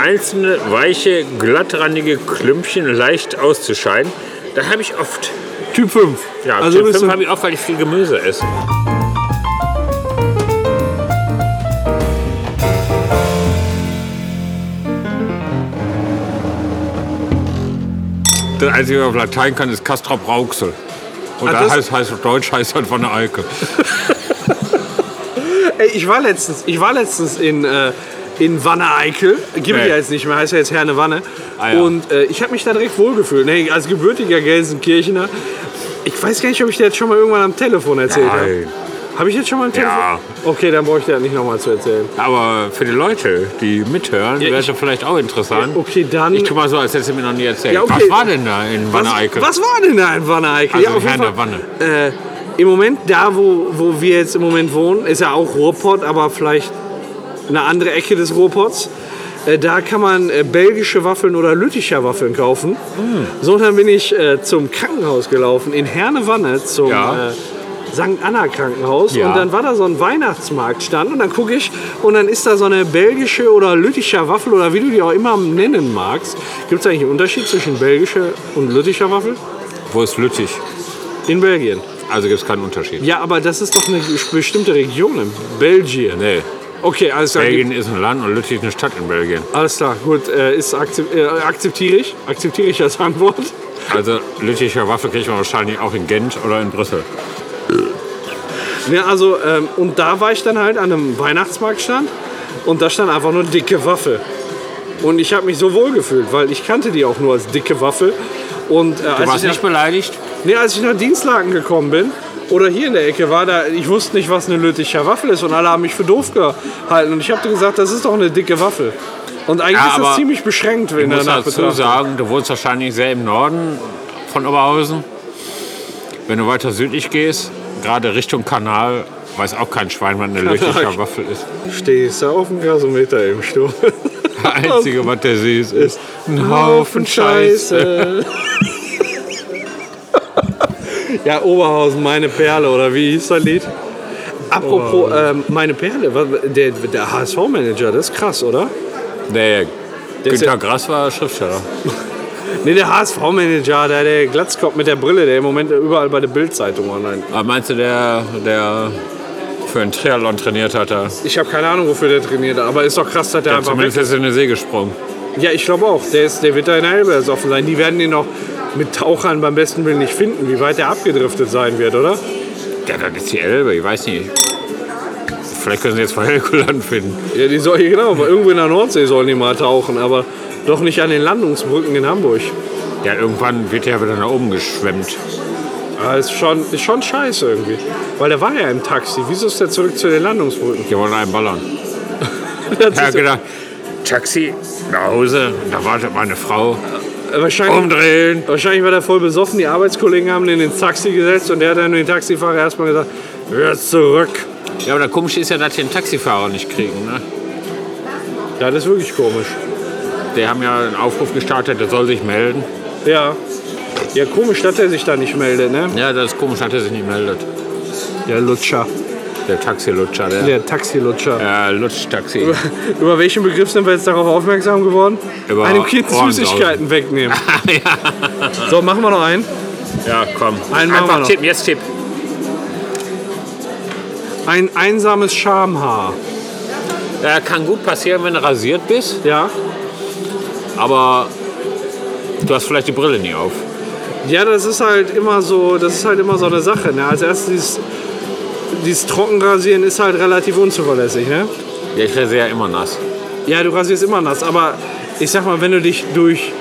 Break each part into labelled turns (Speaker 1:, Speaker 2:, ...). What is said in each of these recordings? Speaker 1: einzelne weiche, glattrandige Klümpchen leicht auszuscheiden. Da habe ich oft.
Speaker 2: Typ 5.
Speaker 1: Ja,
Speaker 2: also
Speaker 1: Chip
Speaker 2: bist du,
Speaker 1: habe ich oft, weil ich viel Gemüse esse.
Speaker 3: Das Einzige, was ich auf Latein kann, ist Castra Brauxel. Und
Speaker 2: Ah,
Speaker 3: da
Speaker 2: das-
Speaker 3: heißt, heißt auf Deutsch heißt halt von der Eike.
Speaker 2: ey, ich war letztens, ich war letztens in, äh, in Wanne-Eickel. Gibt
Speaker 3: Nee.
Speaker 2: ja jetzt nicht mehr, heißt ja jetzt Herne Wanne.
Speaker 3: Ah, ja.
Speaker 2: Und äh, ich habe mich da direkt wohlgefühlt. Nee, als gebürtiger Gelsenkirchener. Ich weiß gar nicht, ob ich dir jetzt schon mal irgendwann am Telefon erzählt habe.
Speaker 3: Nein.
Speaker 2: Habe ich jetzt schon mal am Telefon?
Speaker 3: Ja.
Speaker 2: Okay, dann brauche ich dir das nicht nochmal zu erzählen.
Speaker 3: Aber für die Leute, die mithören, wäre es ja vielleicht auch
Speaker 1: Oh,
Speaker 3: interessant.
Speaker 2: Okay, dann.
Speaker 3: Ich tue mal so, als hättest du mir noch nie erzählt.
Speaker 2: Ja, okay.
Speaker 3: Was war denn da in Wanne Eike?
Speaker 2: Was, was war denn da in Wanne-Eickel?
Speaker 3: Also Herrn der Wanne.
Speaker 2: Äh, Im Moment, da wo, wo wir jetzt im Moment wohnen, ist ja auch Ruhrpott, aber vielleicht eine andere Ecke des Ruhrpots. Äh, Da kann man äh, belgische Waffeln oder Lütticher Waffeln kaufen.
Speaker 3: Hm.
Speaker 2: So, dann bin ich äh, zum Krankenhaus gelaufen, in Herne-Wanne zum
Speaker 3: Ja.
Speaker 2: äh, St. Anna Krankenhaus.
Speaker 3: Ja.
Speaker 2: Und dann war da so ein Weihnachtsmarktstand und dann gucke ich und dann ist da so eine belgische oder Lütticher Waffel oder wie du die auch immer nennen magst. Gibt es eigentlich einen Unterschied zwischen belgische und Lütticher Waffel?
Speaker 3: Wo ist Lüttich?
Speaker 2: In Belgien.
Speaker 3: Also gibt es keinen Unterschied.
Speaker 2: Ja, aber das ist doch eine bestimmte Region in Belgien.
Speaker 3: Nee.
Speaker 2: Okay, alles klar.
Speaker 3: Belgien ist ein Land und Lüttich ist eine Stadt in Belgien.
Speaker 2: Alles klar, gut. Äh, ist akzep äh, akzeptiere ich. Akzeptiere ich als Antwort.
Speaker 3: Also Lütticher Waffe kriegt man wahrscheinlich auch in Gent oder in Brüssel.
Speaker 2: Ja, also, ähm, und da war ich dann halt an einem Weihnachtsmarktstand und da stand einfach nur dicke Waffe. Und ich habe mich so wohl gefühlt, weil ich kannte die auch nur als dicke Waffe. Und äh, als,
Speaker 3: Warst
Speaker 2: ich
Speaker 3: nicht beleidigt?
Speaker 2: nach, nee, als ich nach Dienstlaken gekommen bin oder hier in der Ecke war, da, ich wusste nicht, was eine Lütticher Waffel ist und alle haben mich für doof gehalten. Und ich habe gesagt, das ist doch eine dicke Waffe. Und eigentlich
Speaker 3: Ja,
Speaker 2: ist
Speaker 3: aber
Speaker 2: das ziemlich beschränkt,
Speaker 3: Ich
Speaker 2: wenn
Speaker 3: muss
Speaker 2: danach
Speaker 3: dazu
Speaker 2: betrachtet.
Speaker 3: sagen, du wohnst wahrscheinlich sehr im Norden von Oberhausen. Wenn du weiter südlich gehst, gerade Richtung Kanal, weiß auch kein Schwein, was eine Lütticher Waffel ist.
Speaker 2: Stehst du auf dem Gasometer im Sturm. Also
Speaker 3: Das Einzige, was der süß ist, ein Haufen Scheiße.
Speaker 2: ja, Oberhausen, meine Perle, oder wie hieß das Lied? Apropos ähm, meine Perle, wa- der, der HSV-Manager, das ist krass, oder?
Speaker 3: Nee,
Speaker 2: ist
Speaker 3: Günter
Speaker 2: ja-
Speaker 3: Grass war Schriftsteller.
Speaker 2: Nee, der HSV-Manager, der, der Glatzkopf mit der Brille, der im Moment überall bei der Bild-Zeitung online.
Speaker 3: Aber Ah, meinst du, der, der für einen Triathlon trainiert hat, da?
Speaker 2: Ich habe keine Ahnung, wofür der trainiert, aber ist doch krass, dass der,
Speaker 3: Der
Speaker 2: einfach weg
Speaker 3: zumindest ist in den See gesprungen.
Speaker 2: Ja, ich glaube auch. Der, ist, der wird da in der Elbe ersoffen sein. Die werden den auch mit Tauchern beim besten Willen nicht finden, wie weit der abgedriftet sein wird, oder?
Speaker 3: Ja, das ist die Elbe, ich weiß nicht. Vielleicht können sie jetzt von Helgoland finden.
Speaker 2: Ja, die soll, genau, aber irgendwo in der Nordsee sollen die mal tauchen, aber doch nicht an den Landungsbrücken in Hamburg.
Speaker 3: Ja, irgendwann wird der wieder nach oben geschwemmt.
Speaker 2: Aber Ah, ist schon, ist schon scheiße irgendwie. Weil der war ja im Taxi. Wieso ist der zurück zu den Landungsbrücken?
Speaker 3: Die wollen einen ballern.
Speaker 2: Das
Speaker 3: Ich habe
Speaker 2: ist,
Speaker 3: gedacht, Taxi, nach Hause, da wartet meine Frau.
Speaker 2: wahrscheinlich,
Speaker 3: Umdrehen.
Speaker 2: wahrscheinlich war der voll besoffen. Die Arbeitskollegen haben den ins Taxi gesetzt und der hat dann den Taxifahrer erstmal gesagt: Jetzt zurück.
Speaker 3: Ja, aber der Komische ist ja, dass die einen Taxifahrer nicht kriegen. Ne?
Speaker 2: Ja, das ist wirklich komisch.
Speaker 3: Die haben ja einen Aufruf gestartet, der soll sich melden.
Speaker 2: Ja. Ja, komisch, dass er sich da nicht meldet, ne?
Speaker 3: Ja, das ist komisch, dass er sich nicht meldet.
Speaker 2: Der Lutscher.
Speaker 3: Der Taxilutscher, der.
Speaker 2: Der Taxilutscher.
Speaker 3: Ja, Lutschtaxi.
Speaker 2: Über welchen Begriff sind wir jetzt darauf aufmerksam geworden?
Speaker 3: Über
Speaker 2: Einem Kind
Speaker 3: Ohrensausen.
Speaker 2: Süßigkeiten wegnehmen.
Speaker 3: ja.
Speaker 2: So, machen wir noch einen.
Speaker 3: ja, komm.
Speaker 2: Einen machen wir
Speaker 3: Einfach
Speaker 2: noch.
Speaker 3: tippen, jetzt tipp.
Speaker 2: Ein einsames Schamhaar.
Speaker 3: Ja, kann gut passieren, wenn du rasiert bist,
Speaker 2: Ja?
Speaker 3: aber du hast vielleicht die Brille nie auf.
Speaker 2: Ja, das ist halt immer so, das ist halt immer so eine Sache. Ne? Als erstes dieses, dieses Trockenrasieren ist halt relativ unzuverlässig, ne?
Speaker 3: Ja, ich rasiere ja immer nass.
Speaker 2: Ja, du rasierst immer nass, aber ich sag mal, wenn du dich durch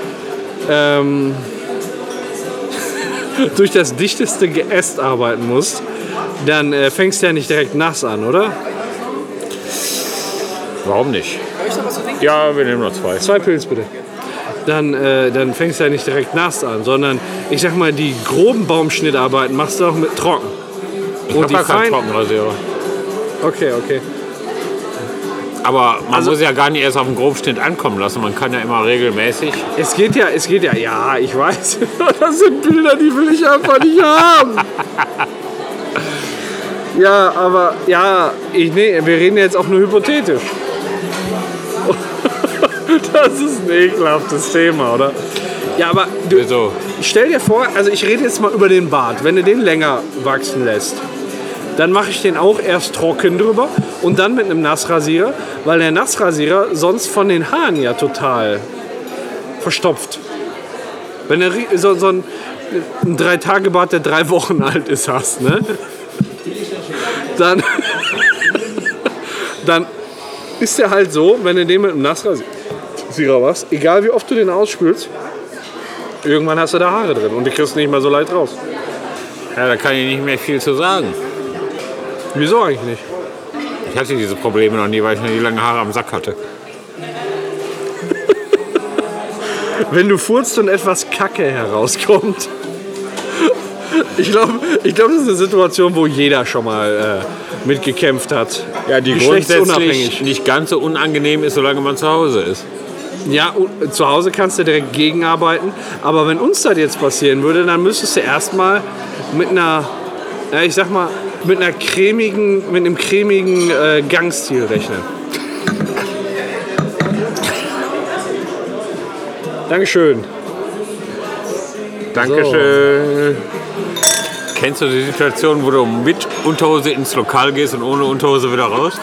Speaker 2: ähm, durch das dichteste Geäst arbeiten musst, dann äh, fängst du ja nicht direkt nass an, oder?
Speaker 3: Warum nicht? Ja, wir nehmen noch zwei.
Speaker 2: Zwei Pilz bitte. Dann, äh, dann fängst du ja nicht direkt nass an, sondern ich sag mal, die groben Baumschnittarbeiten machst du auch mit trocken.
Speaker 3: Ich habe
Speaker 2: die
Speaker 3: gar keinen
Speaker 2: feinen-
Speaker 3: Trockenrasierer.
Speaker 2: Okay, okay.
Speaker 3: Aber man muss ja gar nicht erst auf den Grobschnitt ankommen lassen. Man kann ja immer regelmäßig.
Speaker 2: Es geht ja, es geht ja, ja, ich weiß. Das sind Bilder, die will ich einfach nicht haben. Ja, aber ja, ich, nee, wir reden jetzt auch nur hypothetisch.
Speaker 1: Das ist ein ekelhaftes Thema, oder?
Speaker 2: Ja, aber du,
Speaker 3: Also,
Speaker 2: stell dir vor, also ich rede jetzt mal über den Bart. Wenn du den länger wachsen lässt, dann mache ich den auch erst trocken drüber und dann mit einem Nassrasierer, weil der Nassrasierer sonst von den Haaren ja total verstopft. Wenn du ri- so, so ein, ein Drei-Tage-Bart, der drei Wochen alt ist, hast, ne? Dann, dann ist der halt so, wenn du den mit einem Nassrasierer machst, egal wie oft du den ausspülst, Irgendwann hast du da Haare drin und die kriegst du nicht mehr so leicht raus.
Speaker 3: ja, da kann ich nicht mehr viel zu sagen.
Speaker 2: Wieso eigentlich nicht?
Speaker 3: Ich hatte diese Probleme noch nie, weil ich noch nie lange Haare am Sack hatte.
Speaker 2: Wenn du furzt und etwas Kacke herauskommt. Ich glaube, ich glaub, das ist eine Situation, wo jeder schon mal äh, mitgekämpft hat.
Speaker 3: Ja, die
Speaker 2: Geschlechtsunabhängig.
Speaker 3: grundsätzlich nicht ganz so unangenehm ist, solange man zu Hause ist.
Speaker 2: Ja, und zu Hause kannst du direkt gegenarbeiten. Aber wenn uns das jetzt passieren würde, dann müsstest du erstmal mit einer, ja, ich sag mal, mit einer cremigen, mit einem cremigen äh, Gangstil rechnen. Dankeschön.
Speaker 1: Dankeschön.
Speaker 3: Kennst du die Situation, wo du mit Unterhose ins Lokal gehst und ohne Unterhose wieder raus?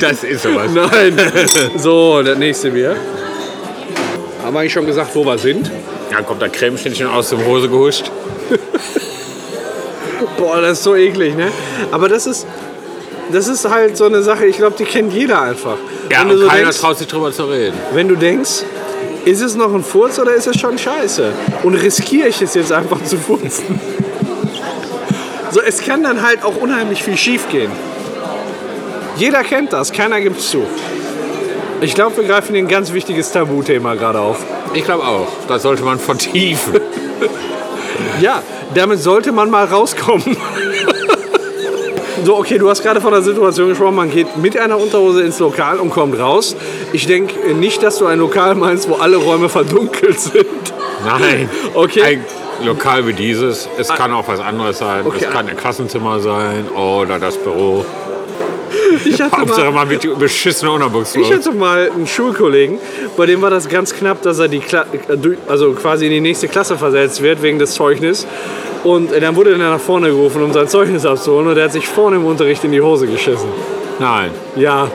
Speaker 3: das ist sowas.
Speaker 2: Nein. So, das nächste Bier. Haben wir eigentlich schon gesagt, wo wir sind?
Speaker 3: Dann kommt der Cremeschnittchen aus dem Hose gehuscht.
Speaker 2: Boah, das ist so eklig, ne? Aber das ist, das ist halt so eine Sache, ich glaube, die kennt jeder einfach.
Speaker 3: Ja,
Speaker 2: Wenn du
Speaker 3: und
Speaker 2: so
Speaker 3: keiner
Speaker 2: denkst,
Speaker 3: traut sich drüber zu reden.
Speaker 2: wenn du denkst, ist es noch ein Furz oder ist es schon scheiße? Und riskiere ich es jetzt einfach zu furzen? So, es kann dann halt auch unheimlich viel schief gehen. Jeder kennt das, keiner gibt's zu. Ich glaube, wir greifen hier ein ganz wichtiges Tabuthema gerade auf.
Speaker 3: Ich glaube auch. Das sollte man vertiefen.
Speaker 2: Ja, damit sollte man mal rauskommen. So, okay, du hast gerade von der Situation gesprochen, man geht mit einer Unterhose ins Lokal und kommt raus. Ich denke nicht, dass du ein Lokal meinst, wo alle Räume verdunkelt sind.
Speaker 3: Nein.
Speaker 2: Okay. Ah.
Speaker 3: Ein Lokal wie dieses. Es kann auch was anderes sein.
Speaker 2: Okay.
Speaker 3: Es kann ein Klassenzimmer sein oder das Büro.
Speaker 2: Ich hatte
Speaker 3: Hauptsache
Speaker 2: mal,
Speaker 3: mal mit die beschissene Unterbuchslose.
Speaker 2: ich hatte mal einen Schulkollegen, bei dem war das ganz knapp, dass er die Kla äh, du- also quasi in die nächste Klasse versetzt wird wegen des Zeugnis. Und äh, dann wurde er nach vorne gerufen, um sein Zeugnis abzuholen. Und er hat sich vorne im Unterricht in die Hose geschissen.
Speaker 3: Nein.
Speaker 2: Ja.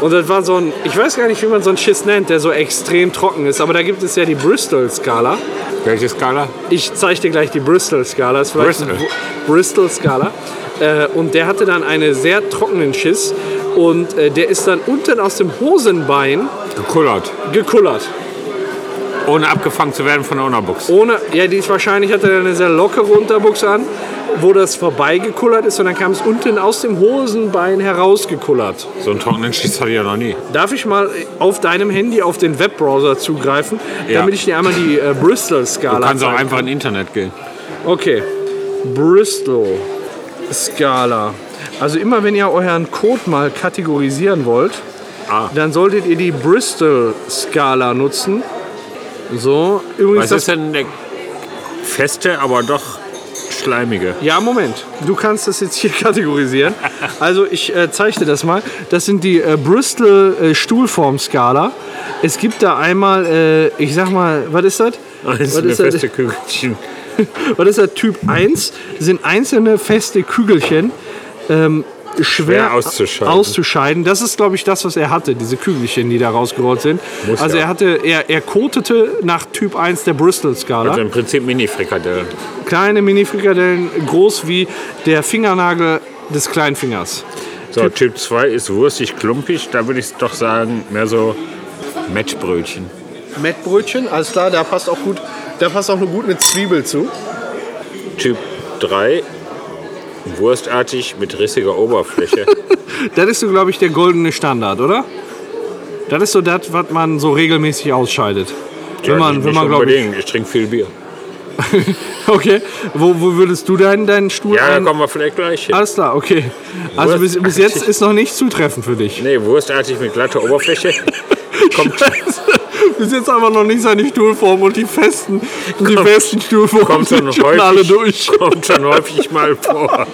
Speaker 2: Und das war so ein, ich weiß gar nicht, wie man so einen Schiss nennt, der so extrem trocken ist. Aber da gibt es ja die Bristol-Skala.
Speaker 3: Welche Skala?
Speaker 2: Ich zeige dir gleich die Bristol-Skala. Ist vielleicht
Speaker 3: Bristol.
Speaker 2: ein Wo- Bristol-Skala. Äh, und der hatte dann einen sehr trockenen Schiss. Und äh, der ist dann unten aus dem Hosenbein
Speaker 3: Gekullert.
Speaker 2: gekullert.
Speaker 3: Ohne abgefangen zu werden von der Unterbuchs.
Speaker 2: Ohne, ja, die ist wahrscheinlich hatte er eine sehr lockere Unterbuchse an, wo das vorbeigekullert ist. Und dann kam es unten aus dem Hosenbein herausgekullert.
Speaker 3: So einen trockenen Schiss hatte ich ja noch nie.
Speaker 2: Darf ich mal äh, auf deinem Handy auf den Webbrowser zugreifen,
Speaker 3: Ja.
Speaker 2: damit ich dir einmal die äh,
Speaker 3: Du
Speaker 2: Bristol-Skala
Speaker 3: kannst auch
Speaker 2: zeige?
Speaker 3: einfach in Internet gehen.
Speaker 2: Okay, Bristol-Skala. Also immer wenn ihr euren Code mal kategorisieren wollt,
Speaker 3: Ah.
Speaker 2: dann solltet ihr die Bristol-Skala nutzen. So, übrigens
Speaker 3: Was
Speaker 2: das
Speaker 3: ist denn der feste, aber doch schleimige?
Speaker 2: Ja, Moment. Du kannst das jetzt hier kategorisieren. Also ich äh, zeige dir das mal. Das sind die äh, Bristol äh, Stuhlformskala. Es gibt da einmal, äh, ich sag mal, was ist das? Was
Speaker 3: Das ist eine
Speaker 2: ist das?
Speaker 3: feste Kügelchen.
Speaker 2: Was ist das? Typ 1 sind einzelne feste Kügelchen. Ähm, schwer
Speaker 3: Schwer auszuscheiden.
Speaker 2: auszuscheiden. Das ist, glaube ich, das, was er hatte, diese Kügelchen, die da rausgerollt sind.
Speaker 3: Muss
Speaker 2: also
Speaker 3: ja.
Speaker 2: er hatte, er, er kotete nach Typ 1 der Bristol-Skala.
Speaker 3: Also im Prinzip Mini-Frikadellen.
Speaker 2: Kleine Mini-Frikadellen, groß wie der Fingernagel des kleinen Fingers.
Speaker 1: So, Typ 2 ist wurstig klumpig. Da würde ich doch sagen, mehr so
Speaker 3: Matchbrötchen.
Speaker 2: Mettbrötchen, alles klar, da passt auch gut, da passt auch eine gute Zwiebel zu.
Speaker 1: Typ 3. Wurstartig mit rissiger Oberfläche.
Speaker 2: Das ist so, glaube ich, der goldene Standard, oder? Das ist so das, was man so regelmäßig ausscheidet. Wenn man, wenn man glaube ich.
Speaker 1: ich, trinke viel Bier.
Speaker 2: Okay, wo, wo würdest du deinen, deinen Stuhl
Speaker 1: Ja, da
Speaker 2: ein-
Speaker 1: kommen wir vielleicht gleich hin.
Speaker 2: Alles klar, okay. Also bis, bis jetzt ist noch nicht zutreffend für dich.
Speaker 1: Nee, wurstartig mit glatter Oberfläche. Kommt,
Speaker 2: Bis jetzt haben wir noch nicht seine Stuhlform und die festen, die festen Stuhlformen
Speaker 1: kommt schon
Speaker 2: sind schon alle durch.
Speaker 1: häufig, kommt schon häufig mal vor.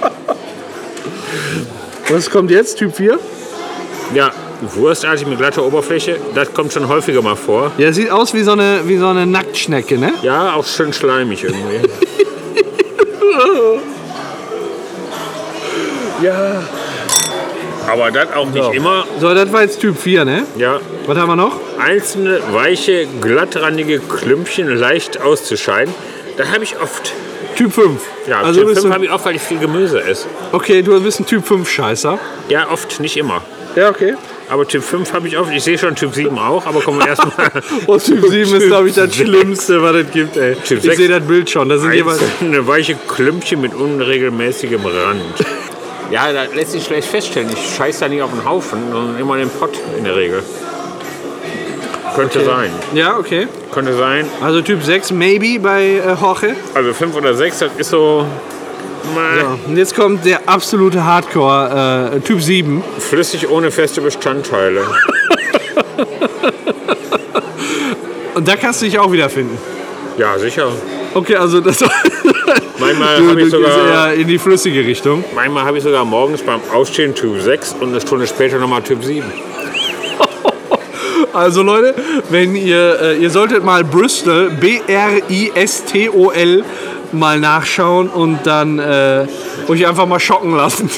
Speaker 2: Was kommt jetzt, Typ 4?
Speaker 1: Ja,
Speaker 3: wurstartig mit glatter Oberfläche, das kommt schon häufiger mal vor.
Speaker 2: Ja, sieht aus wie so eine, wie so eine Nacktschnecke, ne?
Speaker 3: Ja, auch schön schleimig irgendwie. ja. Aber das auch
Speaker 2: Genau.
Speaker 3: nicht immer.
Speaker 2: So, das war jetzt Typ 4, ne?
Speaker 3: Ja,
Speaker 2: Was haben wir noch?
Speaker 3: einzelne weiche, glattrandige Klümpchen leicht auszuscheiden. Da habe ich oft.
Speaker 2: Typ 5.
Speaker 3: Ja,
Speaker 2: also
Speaker 3: also
Speaker 2: du bist
Speaker 3: 5
Speaker 2: ein,
Speaker 3: habe ich oft, weil ich viel Gemüse esse.
Speaker 2: okay, du bist ein Typ 5 Scheißer.
Speaker 3: Ja, oft, nicht immer.
Speaker 2: Ja, okay.
Speaker 3: Aber Typ 5 habe ich oft. Ich sehe schon Typ 7 auch, aber kommen wir erstmal.
Speaker 2: Und Oh, Typ 7 ist, glaube ich, das
Speaker 3: Typ
Speaker 2: Schlimmste, was es gibt, ey.
Speaker 3: Typ
Speaker 2: ich
Speaker 3: sechs.
Speaker 2: sehe das Bild schon. Das sind jeweils.
Speaker 3: Eine weiche Klümpchen mit unregelmäßigem Rand. Ja, das lässt sich schlecht feststellen. Ich scheiße da nicht auf den Haufen, sondern immer in den Pott in der Regel. Könnte sein.
Speaker 2: Ja, okay.
Speaker 3: Könnte sein.
Speaker 2: Also Typ 6, maybe bei äh, Jorge.
Speaker 3: Also 5 oder 6, das ist so. Meh.
Speaker 2: Ja. Und jetzt kommt der absolute Hardcore, äh, Typ 7.
Speaker 3: Flüssig ohne feste Bestandteile.
Speaker 2: Und da kannst du dich auch wiederfinden.
Speaker 3: Ja, sicher.
Speaker 2: Okay, also das
Speaker 3: Manchmal
Speaker 2: du,
Speaker 3: hab ich
Speaker 2: du gehst
Speaker 3: sogar-
Speaker 2: eher in die flüssige Richtung.
Speaker 3: Manchmal habe ich sogar morgens beim Aufstehen Typ 6 und eine Stunde später nochmal Typ 7.
Speaker 2: Also Leute, wenn ihr, äh, ihr solltet mal Bristol, B-R-I-S-T-O-L, mal nachschauen und dann äh, euch einfach mal schocken lassen.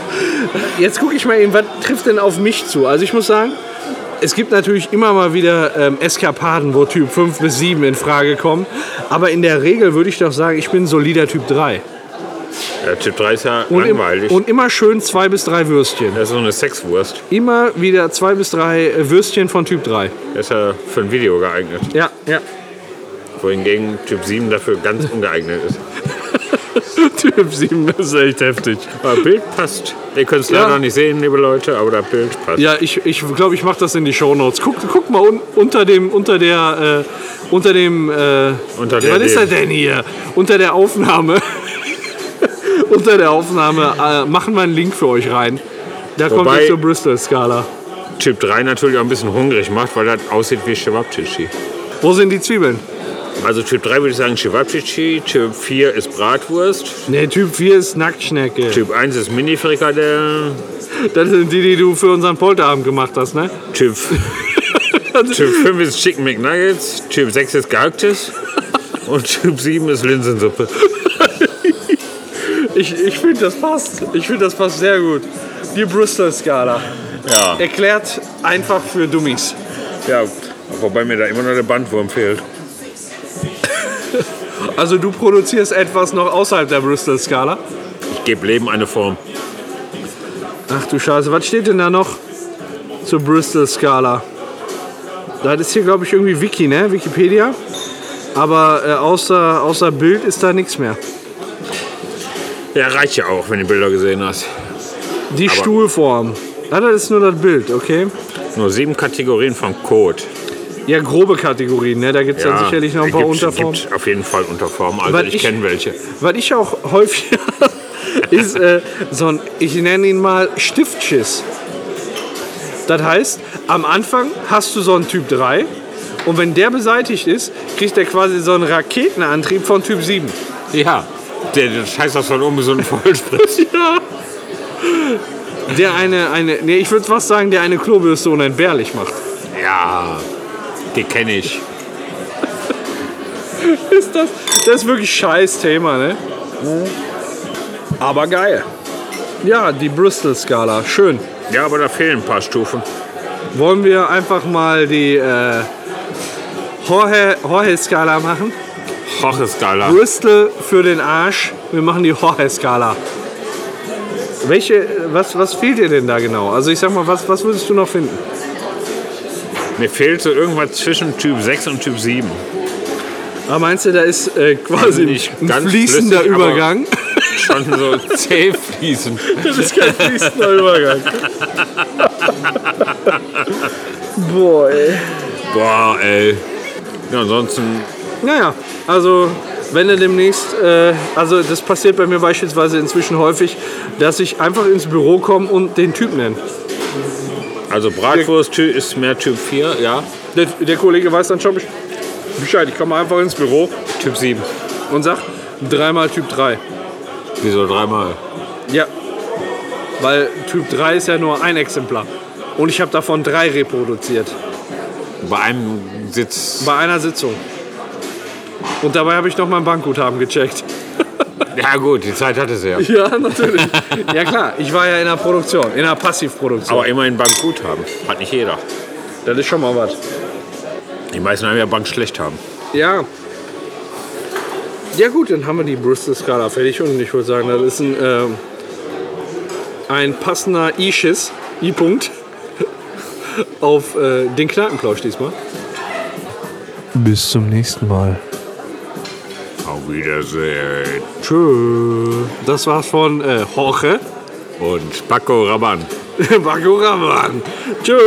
Speaker 2: Jetzt gucke ich mal eben, was trifft denn auf mich zu? Also ich muss sagen, es gibt natürlich immer mal wieder ähm, Eskapaden, wo Typ 5 bis 7 in Frage kommen. Aber in der Regel würde ich doch sagen, ich bin ein solider Typ 3.
Speaker 3: Ja, typ 3 ist ja
Speaker 2: Und, im-
Speaker 3: langweilig.
Speaker 2: und immer schön zwei bis drei Würstchen.
Speaker 3: das ist so eine Sexwurst.
Speaker 2: Immer wieder zwei bis drei äh, Würstchen von Typ 3.
Speaker 3: Das ist ja für ein Video geeignet.
Speaker 2: Ja, ja.
Speaker 3: Wohingegen Typ 7 dafür ganz ungeeignet ist.
Speaker 2: typ 7 ist echt heftig.
Speaker 3: Aber Bild passt. Ihr könnt es
Speaker 2: Ja.
Speaker 3: leider nicht sehen, liebe Leute, aber das Bild passt.
Speaker 2: Ja, ich glaube, ich, glaub, ich mache das in die Shownotes. Guck, guck mal un, unter dem, unter der, äh, unter dem, äh,
Speaker 3: Unter der
Speaker 2: was ist das
Speaker 3: dem.
Speaker 2: denn hier? Unter der Aufnahme, unter der Aufnahme äh, machen wir einen Link für euch rein. Da kommt
Speaker 3: Wobei-
Speaker 2: jetzt zur Bristol-Skala.
Speaker 3: Typ 3 natürlich auch ein bisschen hungrig macht, weil das aussieht wie Chewabchichi.
Speaker 2: Wo sind die Zwiebeln?
Speaker 3: Also Typ 3 würde ich sagen Chewabchichi, Typ 4 ist Bratwurst,
Speaker 2: Ne, Typ 4 ist Nacktschnecke.
Speaker 3: Typ 1 ist Mini-Frikadellen,
Speaker 2: Das sind die, die du für unseren Polterabend gemacht hast, ne?
Speaker 3: Typ, typ 5 ist Chicken McNuggets, Typ 6 ist Gehacktes und Typ 7 ist Linsensuppe.
Speaker 2: Ich, ich finde, das passt. Ich finde, das passt sehr gut. Die Bristol-Skala.
Speaker 3: Ja.
Speaker 2: Erklärt einfach für Dummies.
Speaker 3: ja, wobei mir da immer noch der Bandwurm fehlt.
Speaker 2: Also du produzierst etwas noch außerhalb der Bristol-Skala.
Speaker 3: Ich gebe Leben eine Form.
Speaker 2: Ach du Scheiße, was steht denn da noch zur Bristol-Skala? Das ist hier, glaube ich, irgendwie Wiki, ne? Wikipedia. Aber äh, außer, außer Bild ist da nichts mehr.
Speaker 3: Ja, reicht ja auch, wenn du Bilder gesehen hast.
Speaker 2: Die Stuhlform. Ah, das ist nur das Bild, okay?
Speaker 3: Nur sieben Kategorien von Code.
Speaker 2: Ja, grobe Kategorien, ne? Da gibt es dann sicherlich noch ein paar
Speaker 3: gibt's-
Speaker 2: Unterformen.
Speaker 3: Gibt auf jeden Fall Unterformen. Also
Speaker 2: Weil
Speaker 3: ich,
Speaker 2: ich-
Speaker 3: kenne welche.
Speaker 2: Was ich auch häufig ist äh, so ein, ich nenne ihn mal Stiftschiss. Das heißt, am Anfang hast du so einen Typ 3 und wenn der beseitigt ist, kriegt er quasi so einen Raketenantrieb von Typ 7.
Speaker 4: Ja.
Speaker 3: Der, der Scheiß aus von ungesunden Vollspritz.
Speaker 2: Der eine, eine nee, ich würde fast sagen, der eine Klobürste unentbehrlich macht.
Speaker 3: ja, die kenne ich.
Speaker 2: Ist das, das ist wirklich scheiß Thema, ne? Aber geil. Ja, die Bristol-Skala, schön.
Speaker 3: Ja, aber da fehlen ein paar Stufen.
Speaker 2: Wollen wir einfach mal die äh, Jorge- Jorge-Skala machen?
Speaker 3: Hocheskala.
Speaker 2: Bristol für den Arsch. Wir machen die Jorge-Skala. Welche, was, was fehlt dir denn da genau? Also ich sag mal, was, was würdest du noch finden?
Speaker 3: Mir fehlt so irgendwas zwischen Typ 6 und Typ 7.
Speaker 2: Aber meinst du, da ist äh, quasi
Speaker 3: Nicht
Speaker 2: ein
Speaker 3: ganz
Speaker 2: fließender
Speaker 3: flüssig, aber-
Speaker 2: Übergang?
Speaker 3: Schon so
Speaker 4: Zäh fließen.
Speaker 2: Das ist kein fließender Übergang. Boah, ey.
Speaker 3: Boah, ey. Ja, ansonsten,
Speaker 2: Naja, also wenn er demnächst, äh, also das passiert bei mir beispielsweise inzwischen häufig, dass ich einfach ins Büro komme und den Typ nenne.
Speaker 3: also Bratwurst Ty- ist mehr Typ 4, ja.
Speaker 2: Der, der Kollege weiß dann schon besch- Bescheid. Ich komme einfach ins Büro
Speaker 3: Typ 7.
Speaker 2: und sag dreimal Typ 3.
Speaker 3: Wieso dreimal?
Speaker 2: Ja. Weil Typ 3 ist ja nur ein Exemplar. Und ich habe davon drei reproduziert.
Speaker 3: Bei einem Sitz.
Speaker 2: Bei einer Sitzung. Und dabei habe ich noch mein Bankguthaben gecheckt.
Speaker 3: Ja gut, die Zeit hatte sie ja.
Speaker 2: Ja, natürlich. ja klar, ich war ja in der Produktion, in der Passivproduktion.
Speaker 3: Aber immerhin Bankgut haben. Hat nicht jeder.
Speaker 2: das ist schon mal was.
Speaker 3: Die meisten haben ja Bank schlecht haben.
Speaker 2: Ja. Ja gut, dann haben wir die Bristol-Skala fertig und ich würde sagen, das ist ein, ähm, ein passender I-Schiss, I-Punkt, auf äh, den Kneipenplausch diesmal. Bis zum nächsten Mal.
Speaker 3: Auf Wiedersehen.
Speaker 2: Tschö. Das war's von äh, Jorge
Speaker 3: Und Paco Rabanne.
Speaker 2: Bakoraman. Tschö.